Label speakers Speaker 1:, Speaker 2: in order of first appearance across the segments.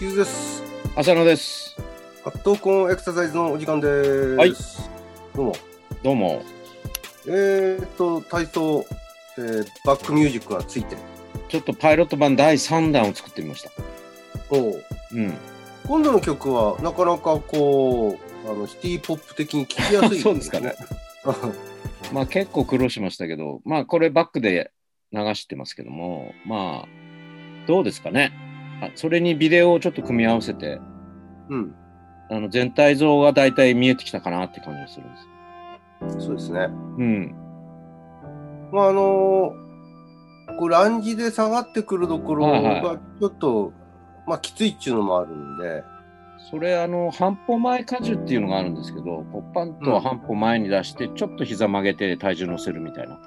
Speaker 1: 急です。
Speaker 2: 浅野です。
Speaker 1: アットコンエクササイズのお時間です。
Speaker 2: はい
Speaker 1: どうも。
Speaker 2: どうも。
Speaker 1: えー、っと、体操、えーバックミュージックがついて。
Speaker 2: ちょっとパイロット版第3弾を作ってみました。
Speaker 1: おう
Speaker 2: うん。
Speaker 1: 今度の曲は、なかなかこう、あの、シティポップ的に聴きやすい、
Speaker 2: そうですかね。まあ結構苦労しましたけど、まあこれバックで流してますけども、まあどうですかね。あそれにビデオをちょっと組み合わせて、
Speaker 1: うん。
Speaker 2: あの全体像が大体見えてきたかなって感じがするんです。
Speaker 1: そうですね。
Speaker 2: うん。
Speaker 1: まあ、あのこう、ランジで下がってくるところ
Speaker 2: はいはい
Speaker 1: が、ちょっと、まあ、きついっちゅうのもあるんで、
Speaker 2: それあの、半歩前荷重っていうのがあるんですけど、こうパンと半歩前に出して、ちょっと膝曲げて体重乗せるみたいな。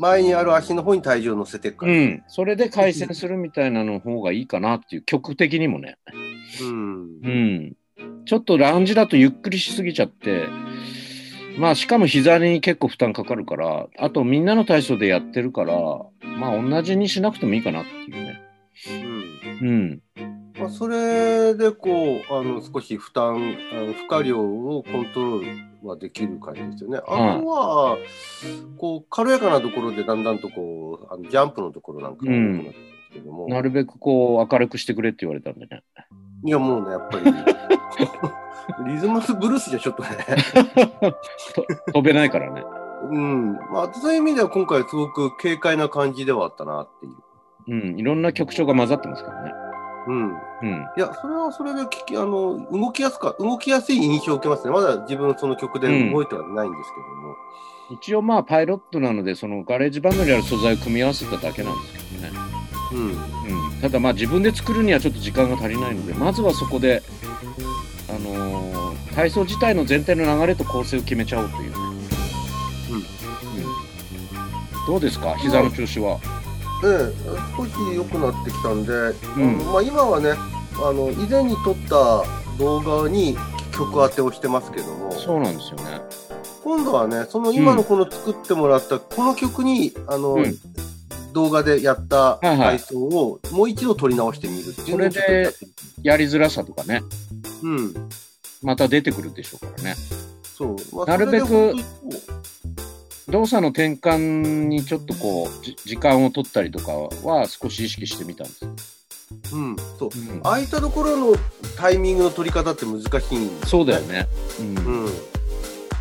Speaker 1: 前にある足の方に体重を乗せていくか
Speaker 2: う
Speaker 1: ら。
Speaker 2: ん。それで回旋するみたいなの方がいいかなっていう、曲的にもね。
Speaker 1: うん
Speaker 2: う。ん。ちょっとラウンジだとゆっくりしすぎちゃって、まあしかも膝に結構負担かかるから、あとみんなの体操でやってるから、まあ同じにしなくてもいいかなっていうね。
Speaker 1: うん
Speaker 2: うん。
Speaker 1: まあ、それでこうあの少し負担あの負荷量をコントロールはできる感じですよね。あとは、こう軽やかなところでだんだんとこうあのジャンプのところなんかが多くなってくるんですけども、
Speaker 2: なるべくこう明るくしてくれって言われたんでね。
Speaker 1: いやもうねやっぱり リズムスブルースじゃちょっとね、
Speaker 2: と飛べないからね。
Speaker 1: うんまあ、そういう意味では今回すごく軽快な感じではあったなっていう。
Speaker 2: うん。いろんな曲調が混ざってますからね。
Speaker 1: うん、
Speaker 2: うん。
Speaker 1: いや、それはそれで聞き、あの、動きやすか、動きやすい印象を受けますね。まだ自分その曲で動いてはないんですけども。
Speaker 2: 一応まあパイロットなので、そのガレージバンドにある素材を組み合わせただけなんですけどね。
Speaker 1: うん
Speaker 2: うん、ただまあ自分で作るにはちょっと時間が足りないのでまずはそこで、あのー体操自体の全体の流れと構成を決めちゃおうと
Speaker 1: うん
Speaker 2: いう、うんどうですか膝の調子は、
Speaker 1: ええ、少し良くなってきたんで、
Speaker 2: ん
Speaker 1: あのまあ、今はねあの以前に撮った動画に曲当てをしてますけども
Speaker 2: そうなんですよね
Speaker 1: 今度はねその今のこの作ってもらったこの曲にあの、
Speaker 2: うん
Speaker 1: 動画でやった
Speaker 2: いはい
Speaker 1: 体操をもう一度撮り直してみるっていうのをちょっとやってみて
Speaker 2: やりづらさとかね
Speaker 1: うん
Speaker 2: また出てくるでしょうからね
Speaker 1: そう、まあ
Speaker 2: なるべく
Speaker 1: それで本当に
Speaker 2: 動作の転換にちょっとこうじ時間を取ったりとかは少し意識してみたんです、
Speaker 1: そううんそう
Speaker 2: うん
Speaker 1: ああいったところのタイミングの取り方って難しいんです
Speaker 2: そうだよね、う
Speaker 1: うんん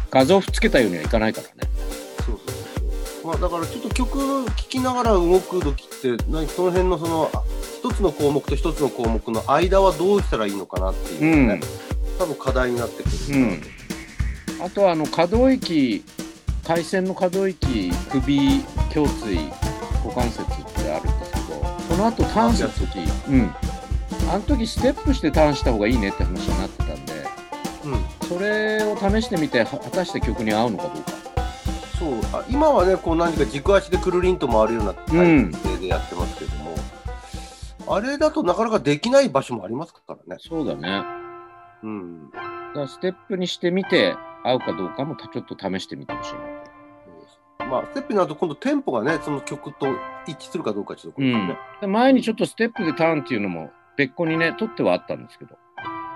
Speaker 2: 画像をつけたようにはいかないからね
Speaker 1: そうそうそう。まあだからちょっと曲聴きながら動く時って、何その辺のそのあ一つの項目と一つの項目の間はどうしたらいいのかなっていうのがね、多分課題になってくる。
Speaker 2: うん、あとはあの可動域回線の可動域首胸椎股関節ってあるんですけどその後ターンする時うんあの時ステップしてターンした方がいいねって話になってたんで
Speaker 1: うん
Speaker 2: それを試してみては果たして曲に合うのかどうか
Speaker 1: そうあ今はね、こう何か軸足でくるりんと回るような体勢でやってますけども、あれだとなかなかできない場所もありますからね。
Speaker 2: そうだね
Speaker 1: うん。
Speaker 2: だからステップにしてみて合うかどうかもたちょっと試してみてほしいな
Speaker 1: まあ、ステップになると今度テンポがね、その曲と一致するかどうかちょっとこ
Speaker 2: う
Speaker 1: れです
Speaker 2: ん
Speaker 1: ね。、
Speaker 2: で前にちょっとステップでターンっていうのも別個にね取ってはあったんですけど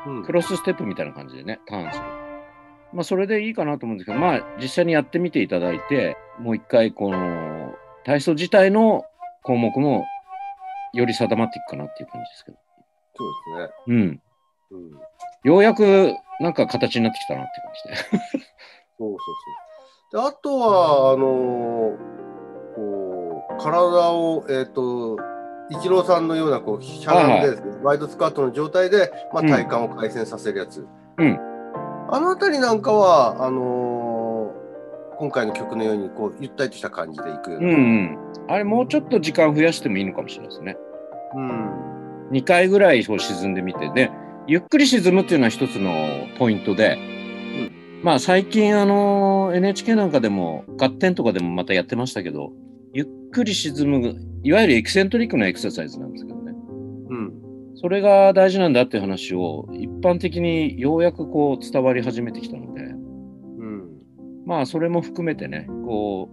Speaker 1: うん
Speaker 2: クロスステップみたいな感じでね、ターンする。まあ、それでいいかなと思うんですけど、まあ、実際にやってみていただいて、もう一回、この、体操自体の項目も、より定まっていくかなっていう感じですけど。
Speaker 1: そうですね。
Speaker 2: うん。
Speaker 1: うん
Speaker 2: ようやく、なんか形になってきたなって感じ
Speaker 1: そ
Speaker 2: で。
Speaker 1: うそうそう。であとはあのーこう体をえっ、とイチローさんのようなこうしゃがんでですね、ワイドスカートの状態で、まあ、
Speaker 2: うん
Speaker 1: 体幹を改善させるやつ。
Speaker 2: うん
Speaker 1: あのあたりなんかはあのー今回の曲のようにこうゆったりとした感じでいくよう
Speaker 2: う
Speaker 1: な。
Speaker 2: んうん。あれ、もうちょっと時間増やしてもいいのかもしれないですね。
Speaker 1: うん
Speaker 2: 2回ぐらいこう沈んでみてね、ゆっくり沈むっていうのは一つのポイントで、まあ最近あの NHK なんかでも合点とかでもまたやってましたけど、ゆっくり沈む、いわゆるエキセントリックなエクササイズなんですけどね。
Speaker 1: うん
Speaker 2: それが大事なんだっていう話を一般的にようやくこう伝わり始めてきたので、
Speaker 1: うん。
Speaker 2: まあそれも含めてね、こ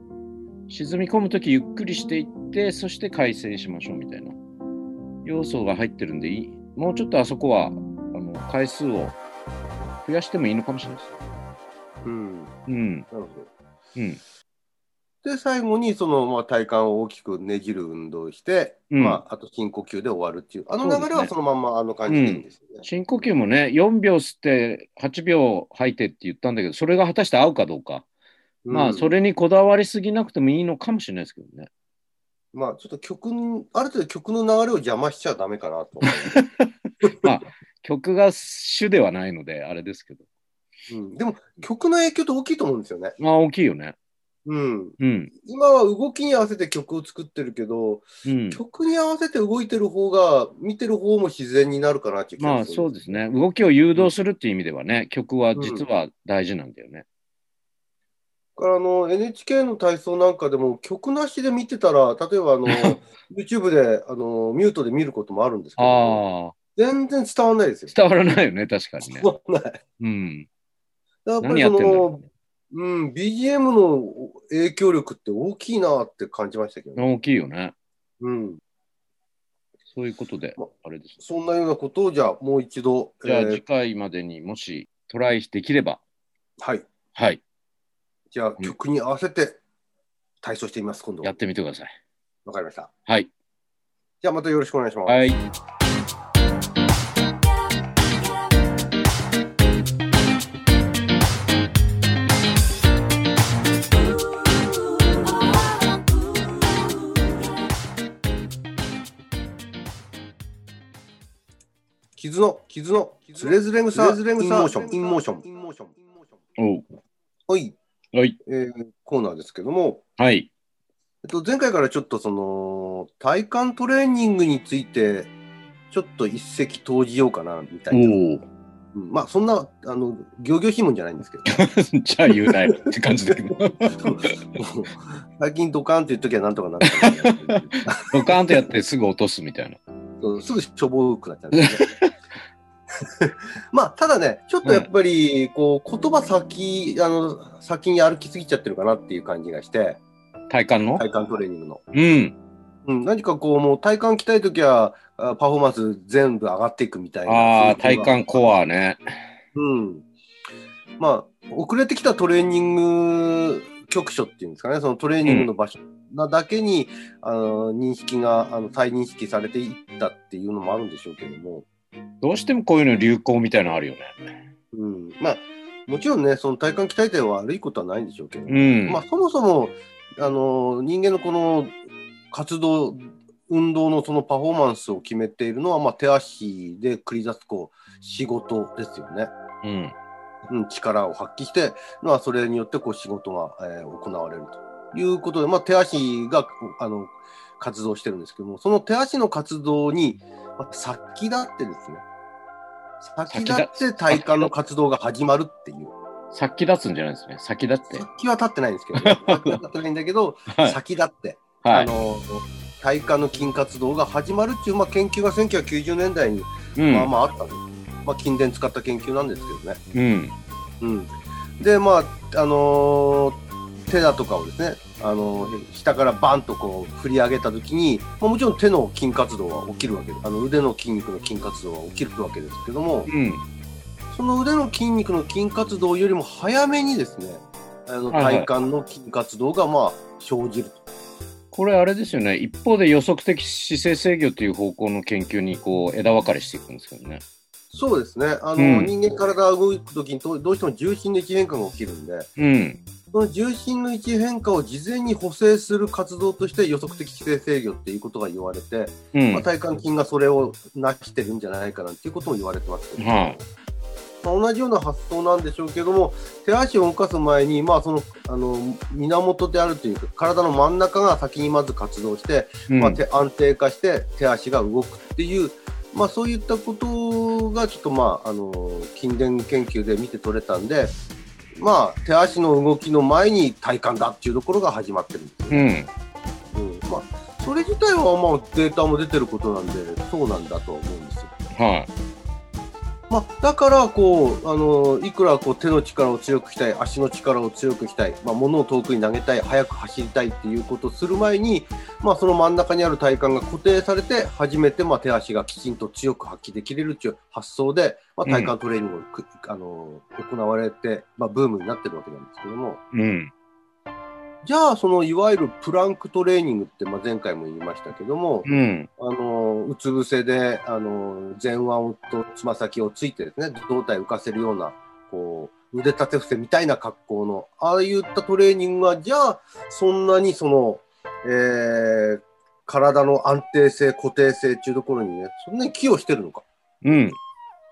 Speaker 2: う沈み込むときゆっくりしていって、そして回旋しましょうみたいな要素が入ってるんでいい、もうちょっとあそこはあの回数を増やしてもいいのかもしれないです。
Speaker 1: うん。な
Speaker 2: うん、
Speaker 1: るほ
Speaker 2: うん、
Speaker 1: ど。で、最後に、その、まあ、体幹を大きくねじる運動をして、
Speaker 2: うん
Speaker 1: まあ、あと深呼吸で終わるっていう、あの
Speaker 2: そうですね
Speaker 1: 流れはそのまんまあの感じでいいんですよね。
Speaker 2: 深呼吸もね、4秒吸って8秒吐いてって言ったんだけど、それが果たして合うかどうか、
Speaker 1: うん
Speaker 2: まあそれにこだわりすぎなくてもいいのかもしれないですけどね。
Speaker 1: まあ、ちょっと曲に、ある程度曲の流れを邪魔しちゃダメかなと。
Speaker 2: 曲が主ではないので、あれですけど。
Speaker 1: うん、でも、曲の影響って大きいと思うんですよね。
Speaker 2: まあ大きいよね。
Speaker 1: うん。
Speaker 2: うん。
Speaker 1: 今は動きに合わせて曲を作ってるけど、
Speaker 2: うん、
Speaker 1: 曲に合わせて動いてる方が、見てる方も自然になるかなっていう気
Speaker 2: ま
Speaker 1: が
Speaker 2: あ
Speaker 1: する。
Speaker 2: そうですね。動きを誘導するっていう意味ではね、曲は実は大事なんだよね。
Speaker 1: だからあの NHK の体操なんかでも曲なしで見てたら、例えばあの YouTube であのミュートで見ることもあるんですけど、
Speaker 2: ああ、
Speaker 1: 全然伝わらないですよ。
Speaker 2: 伝わらないよね、確かにね
Speaker 1: 伝。わらない。
Speaker 2: うん。
Speaker 1: やっぱ
Speaker 2: 何
Speaker 1: り
Speaker 2: や
Speaker 1: そ
Speaker 2: ってんだ
Speaker 1: の
Speaker 2: ろ、
Speaker 1: うん、BGM の影響力って大きいなって感じましたけど
Speaker 2: う
Speaker 1: ね。
Speaker 2: ね。大きいよね。
Speaker 1: うん、
Speaker 2: そういうことで
Speaker 1: ま、
Speaker 2: あれです。
Speaker 1: そんなようなことを、じゃあもう一度、
Speaker 2: じゃあ
Speaker 1: えー
Speaker 2: 次回までにもしトライできれば、
Speaker 1: はい。
Speaker 2: はい、
Speaker 1: じゃあ曲に合わせて体操してみます、今度
Speaker 2: や。ってみてください。
Speaker 1: わかりました。
Speaker 2: はい。
Speaker 1: じゃあまたよろしくお願いします。
Speaker 2: はい。
Speaker 1: 傷の、傷の、ズレズレ草、
Speaker 3: ズレズレ
Speaker 1: イ
Speaker 3: 草
Speaker 1: ンモーション、インモーション。
Speaker 2: おう
Speaker 1: はい。
Speaker 2: はい。
Speaker 1: えーコーナーですけども、
Speaker 2: はい。
Speaker 1: えっと、前回からちょっとその体幹トレーニングについてちょっと一石投じようかなみたいな、
Speaker 2: お
Speaker 1: うんまあそんなあの行々しいもんじゃないんですけど
Speaker 2: お。じゃあ言うな よって感じだけど。
Speaker 1: 最近ドカーンって言っときゃなんとかなるんだけど
Speaker 2: ドカーンとやってすぐ落とすみたいな。
Speaker 1: そうすぐしょぼくなっちゃうんですね まあただねちょっとやっぱりこう言葉先あの先に歩きすぎちゃってるかなっていう感じがして
Speaker 2: 体幹の、
Speaker 1: 体幹トレーニングの。
Speaker 2: うん。
Speaker 1: うん、何かこう、もう体幹鍛えときは、あパフォーマンス全部上がっていくみたいな。
Speaker 2: ああ、
Speaker 1: そうい
Speaker 2: 体
Speaker 1: うのが
Speaker 2: 幹コアね。
Speaker 1: うん。まあ、遅れてきたトレーニング局所っていうんですかね、そのトレーニングの場所なだけに、あの認識が、あの再認識されていったっていうのもあるんでしょうけども、
Speaker 2: どうしてもこういうの流行みたいなのあるよね。
Speaker 1: うん。まあ、もちろんね、その体幹鍛えて悪いことはないんでしょうけど、
Speaker 2: うん。
Speaker 1: まあ、そもそも、あの人間のこの活動、運動のそのパフォーマンスを決めているのは、まあ、手足で繰り出すこう仕事ですよね。
Speaker 2: うん。
Speaker 1: うん、力を発揮して、まあ、それによってこう仕事が、えー行われるということで、まあ、手足があの活動してるんですけども、その手足の活動に、まあ、先立ってですね、先立って体幹の活動が始まるっていう。
Speaker 2: 先立つんじゃないですね。先立って。
Speaker 1: 先は立ってないんですけ ど、ね、先は立ってないんだけど、
Speaker 2: はい。
Speaker 1: 先立って、
Speaker 2: は
Speaker 1: あ
Speaker 2: い。
Speaker 1: の体幹の筋活動が始まるっていう、まあ、研究が1990年代に、
Speaker 2: うん。
Speaker 1: まあまああったんです、まあ、筋電使った研究なんですけどね、
Speaker 2: うん。
Speaker 1: うん、でまああのー手だとかをですね、あのー下からバンとこう振り上げた時に、まあ、もちろん手の筋活動は起きるわけであの腕の筋肉の筋活動は起きるわけですけども
Speaker 2: うん。
Speaker 1: その腕の筋肉の筋活動よりも早めにですねあの
Speaker 2: はいはい
Speaker 1: 体幹の筋活動がまあ生じると。
Speaker 2: これあれですよね。一方で予測的姿勢制御という方向の研究にこう枝分かれしていくんですけどね。
Speaker 1: そうですね。あの、
Speaker 2: うん
Speaker 1: 人間体が動くときにどうどうしても重心の位置変化が起きるんで、
Speaker 2: うん。
Speaker 1: その重心の位置変化を事前に補正する活動として予測的姿勢制御っていうことが言われて、
Speaker 2: うん。
Speaker 1: まあ、体幹筋がそれをなしてるんじゃないかなっていうことも言われてますけど、まあ、
Speaker 2: はい。
Speaker 1: 同じような発想なんでしょうけども、手足を動かす前に、まあ、その、あの、源であるというか、体の真ん中が先にまず活動して、
Speaker 2: うん
Speaker 1: まあ、手安定化して手足が動くっていう、まあ、そういったことがちょっとまああの筋電研究で見て取れたんで、まあ、手足の動きの前に体幹だっていうところが始まってるんですよ、
Speaker 2: う
Speaker 1: う
Speaker 2: ん。
Speaker 1: んまあ、それ自体はまあデータも出てることなんでそうなんだとは思うんですよ。
Speaker 2: は
Speaker 1: まあ、だからこうあのいくらこう手の力を強くしたい足の力を強くしたい、まあ、物を遠くに投げたい速く走りたいっていうことをする前に、まあ、その真ん中にある体幹が固定されて初めてまあ手足がきちんと強く発揮できれるっていう発想で、まあ、体幹トレーニングをく、あの行われて、まあ、ブームになってるわけなんですけども
Speaker 2: い。うん。
Speaker 1: じゃあそのいわゆるプランクトレーニングって、まあ、前回も言いましたけども、
Speaker 2: うん。
Speaker 1: あのうつ伏せであの前腕をとつま先をついてですね胴体浮かせるようなこう腕立て伏せみたいな格好のああいったトレーニングはじゃあそんなにその、えー体の安定性固定性っていうところにねそんなに寄与してるのか
Speaker 2: うん。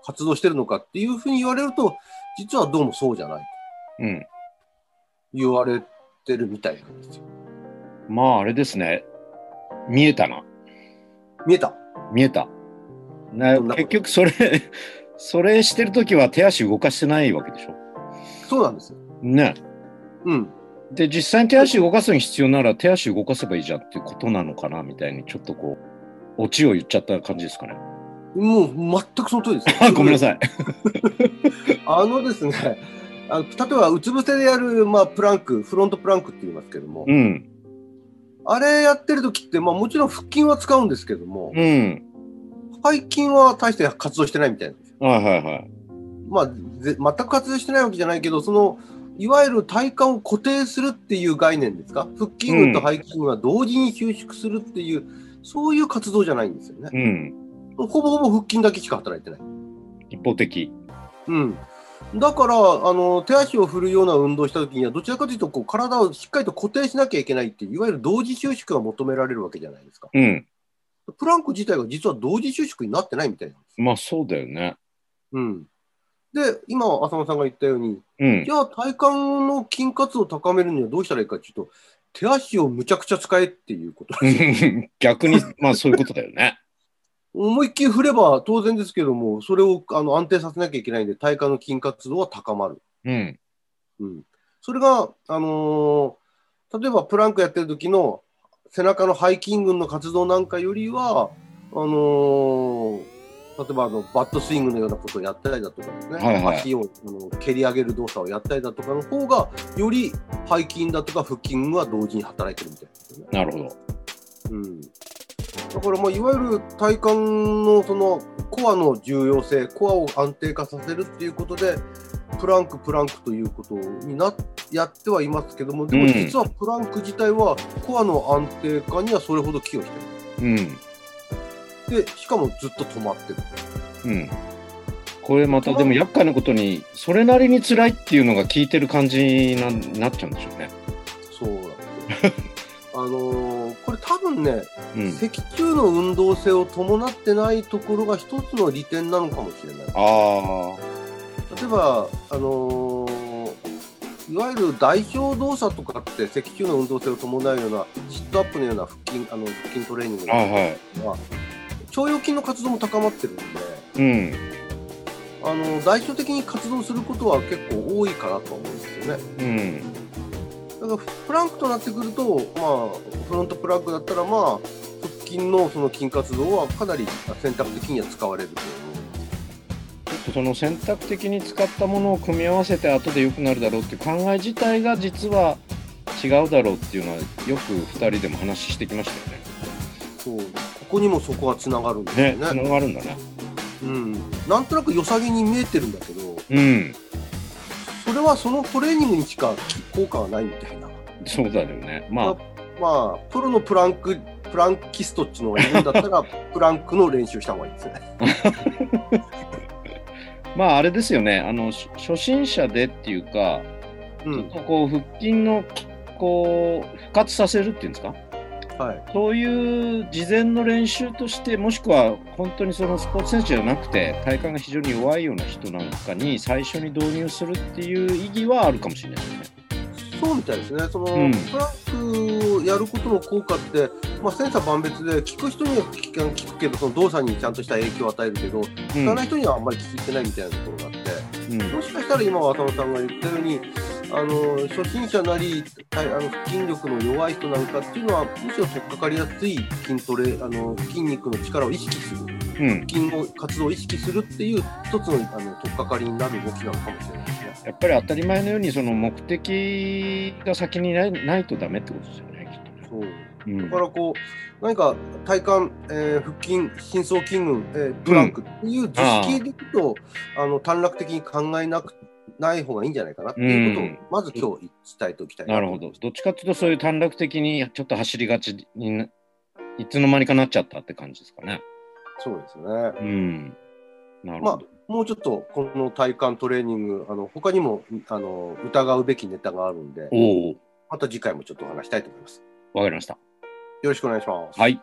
Speaker 1: 活動してるのかっていうふうに言われると実はどうもそうじゃない
Speaker 2: うん。
Speaker 1: と言われてるみたいなんですよ。
Speaker 2: まあ、あれですね。見えたな。
Speaker 1: 見えた
Speaker 2: 見えた。な
Speaker 1: どんなこと
Speaker 2: 結局、それ、 それしてるときは手足動かしてないわけでしょ。
Speaker 1: そうなんですよ。
Speaker 2: ね。
Speaker 1: うん
Speaker 2: で、実際に手足動かすに必要なら手足動かせばいいじゃんっていうことなのかなみたいに、ちょっとこう、オチを言っちゃった感じですかね。
Speaker 1: もう全くその通りです
Speaker 2: あ 。ごめんなさい。
Speaker 1: あのですね、あの例えばうつ伏せでやる、まあ、プランク、フロントプランクって言いますけども、
Speaker 2: うん。
Speaker 1: あれやってる時って、まあ、もちろん腹筋は使うんですけども、
Speaker 2: うん。
Speaker 1: 背筋は大して活動してないみたいなんですよ。
Speaker 2: はいはいはい。
Speaker 1: まあ、ぜ全く活動してないわけじゃないけど、そのいわゆる体幹を固定するっていう概念ですか、腹筋群と背筋群は同時に収縮するっていう、そういう活動じゃないんですよね。
Speaker 2: うん。
Speaker 1: ほぼほぼ腹筋だけしか働いてない。
Speaker 2: 一方的。
Speaker 1: うん、だからあの手足を振るような運動をした時にはどちらかというとこう体をしっかりと固定しなきゃいけないっていういわゆる同時収縮が求められるわけじゃないですか
Speaker 2: うん。
Speaker 1: プランク自体が実は同時収縮になってないみたいなんです、
Speaker 2: まあ、そうだよね。
Speaker 1: うん、で今浅野さんが言ったように
Speaker 2: うん
Speaker 1: じ。ゃあ体幹の筋活を高めるにはどうしたらいいかっていうと手足をむちゃくちゃ使えっていうこと
Speaker 2: 逆に、まあ、そういうことだよね。
Speaker 1: 思いっきり振れば当然ですけどもそれをあの安定させなきゃいけないんで体幹の筋活動は高まる
Speaker 2: うん。
Speaker 1: うん、それが、あのー例えばプランクやってる時の背中の背筋群の活動なんかよりはあのー例えばあのバットスイングのようなことをやったりだとかですね、
Speaker 2: はいはい
Speaker 1: 足をあの蹴り上げる動作をやったりだとかの方がより背筋だとか腹筋は同時に働いてるみたいなんですよね。
Speaker 2: なるほ
Speaker 1: う
Speaker 2: ど。
Speaker 1: ん、だからまあいわゆる体幹のそのコアの重要性コアを安定化させるっていうことでプランクプランクということになやってはいますけどもでも
Speaker 2: うん
Speaker 1: 実はプランク自体はコアの安定化にはそれほど寄与して
Speaker 2: うん。
Speaker 1: ないでしかもずっと止まってる
Speaker 2: うん。これまたでも厄介なことに、それなりに辛いっていうのが効いてる感じにななっちゃうんでしょうね。
Speaker 1: そうなんです よあのーこれ多分ね
Speaker 2: うん。
Speaker 1: 脊柱の運動性を伴ってないところが一つの利点なのかもしれない
Speaker 2: あ
Speaker 1: 例えば、あのーいわゆる代表動作とかって脊柱の運動性を伴うようなシットアップのような腹筋あの腹筋トレーニング
Speaker 2: あ。はい
Speaker 1: の
Speaker 2: はい。
Speaker 1: 腸腰筋の活動も高まってるんで、
Speaker 2: うん。
Speaker 1: あの代表的に活動することは結構多いかなとは思うんですよね。
Speaker 2: うん。
Speaker 1: だからプランクとなってくると、まあ、フロントプランクだったら、まあ、腹筋のその筋活動はかなり選択的には使われると
Speaker 2: ちょっとその選択的に使ったものを組み合わせて後で良くなるだろうっていう考え自体が実は違うだろうっていうのはよく2人でも話してきましたよ
Speaker 1: 思うそうここにもそこはつながるんです
Speaker 2: ね。
Speaker 1: よ
Speaker 2: ね。つながるんだね。
Speaker 1: うん、なんとなく良さげに見えてるんだけど
Speaker 2: うん。
Speaker 1: それはそのトレーニングにしか効果がないみたいな
Speaker 2: そうだよね。まあ、
Speaker 1: まあプロのプランクプランキストっちのがいるんだった らプランクの練習した方がいいですね
Speaker 2: まああれですよね。あの、し初心者でっていうか、
Speaker 1: う
Speaker 2: ちょっ
Speaker 1: ん
Speaker 2: とこう腹筋のこう復活させるっていうんですか
Speaker 1: はい
Speaker 2: そういう事前の練習としてもしくは本当にそのスポーツ選手じゃなくて体幹が非常に弱いような人なんかに最初に導入するっていう意義はあるかもしれないですね。
Speaker 1: そうみたいですねその、
Speaker 2: うん
Speaker 1: プランクをやることの効果って、まあ、千差万別で聞く人には聞く聞くけどその動作にちゃんとした影響を与えるけど
Speaker 2: う
Speaker 1: 聞
Speaker 2: ん
Speaker 1: かない人にはあんまり聞いてないみたいなところがあって
Speaker 2: うん
Speaker 1: もしかしたら今は浅野さんが言ったようにあの初心者なりたあの筋力の弱い人なんかっていうのはむしろ取っかかりやすい筋トレあの筋肉の力を意識する
Speaker 2: うん、
Speaker 1: 筋の活動を意識するっていう一つのあの取っかかりになる動きなのかもしれないですね。
Speaker 2: やっぱり当たり前のようにその目的が先にないないとダメってことですよねきっとね
Speaker 1: そう
Speaker 2: うん
Speaker 1: だからこう何か体幹、えー腹筋深層筋群、えープランクっていう図式でいくと、あの短絡的に考えなくない方がいいんじゃないかなっていうことを、
Speaker 2: うん
Speaker 1: まず今日伝えておきたい
Speaker 2: なるほど。どっちかっていうと、そういう短絡的にちょっと走りがちにな、いつの間にかなっちゃったって感じですかね。
Speaker 1: そうですね
Speaker 2: うん。なる
Speaker 1: まあ
Speaker 2: ほど。
Speaker 1: もうちょっとこの体幹トレーニングあの他にもあの疑うべきネタがあるんで
Speaker 2: おお、
Speaker 1: また次回もちょっとお話したいと思います
Speaker 2: わかりました。
Speaker 1: よろしくお願いします
Speaker 2: はい。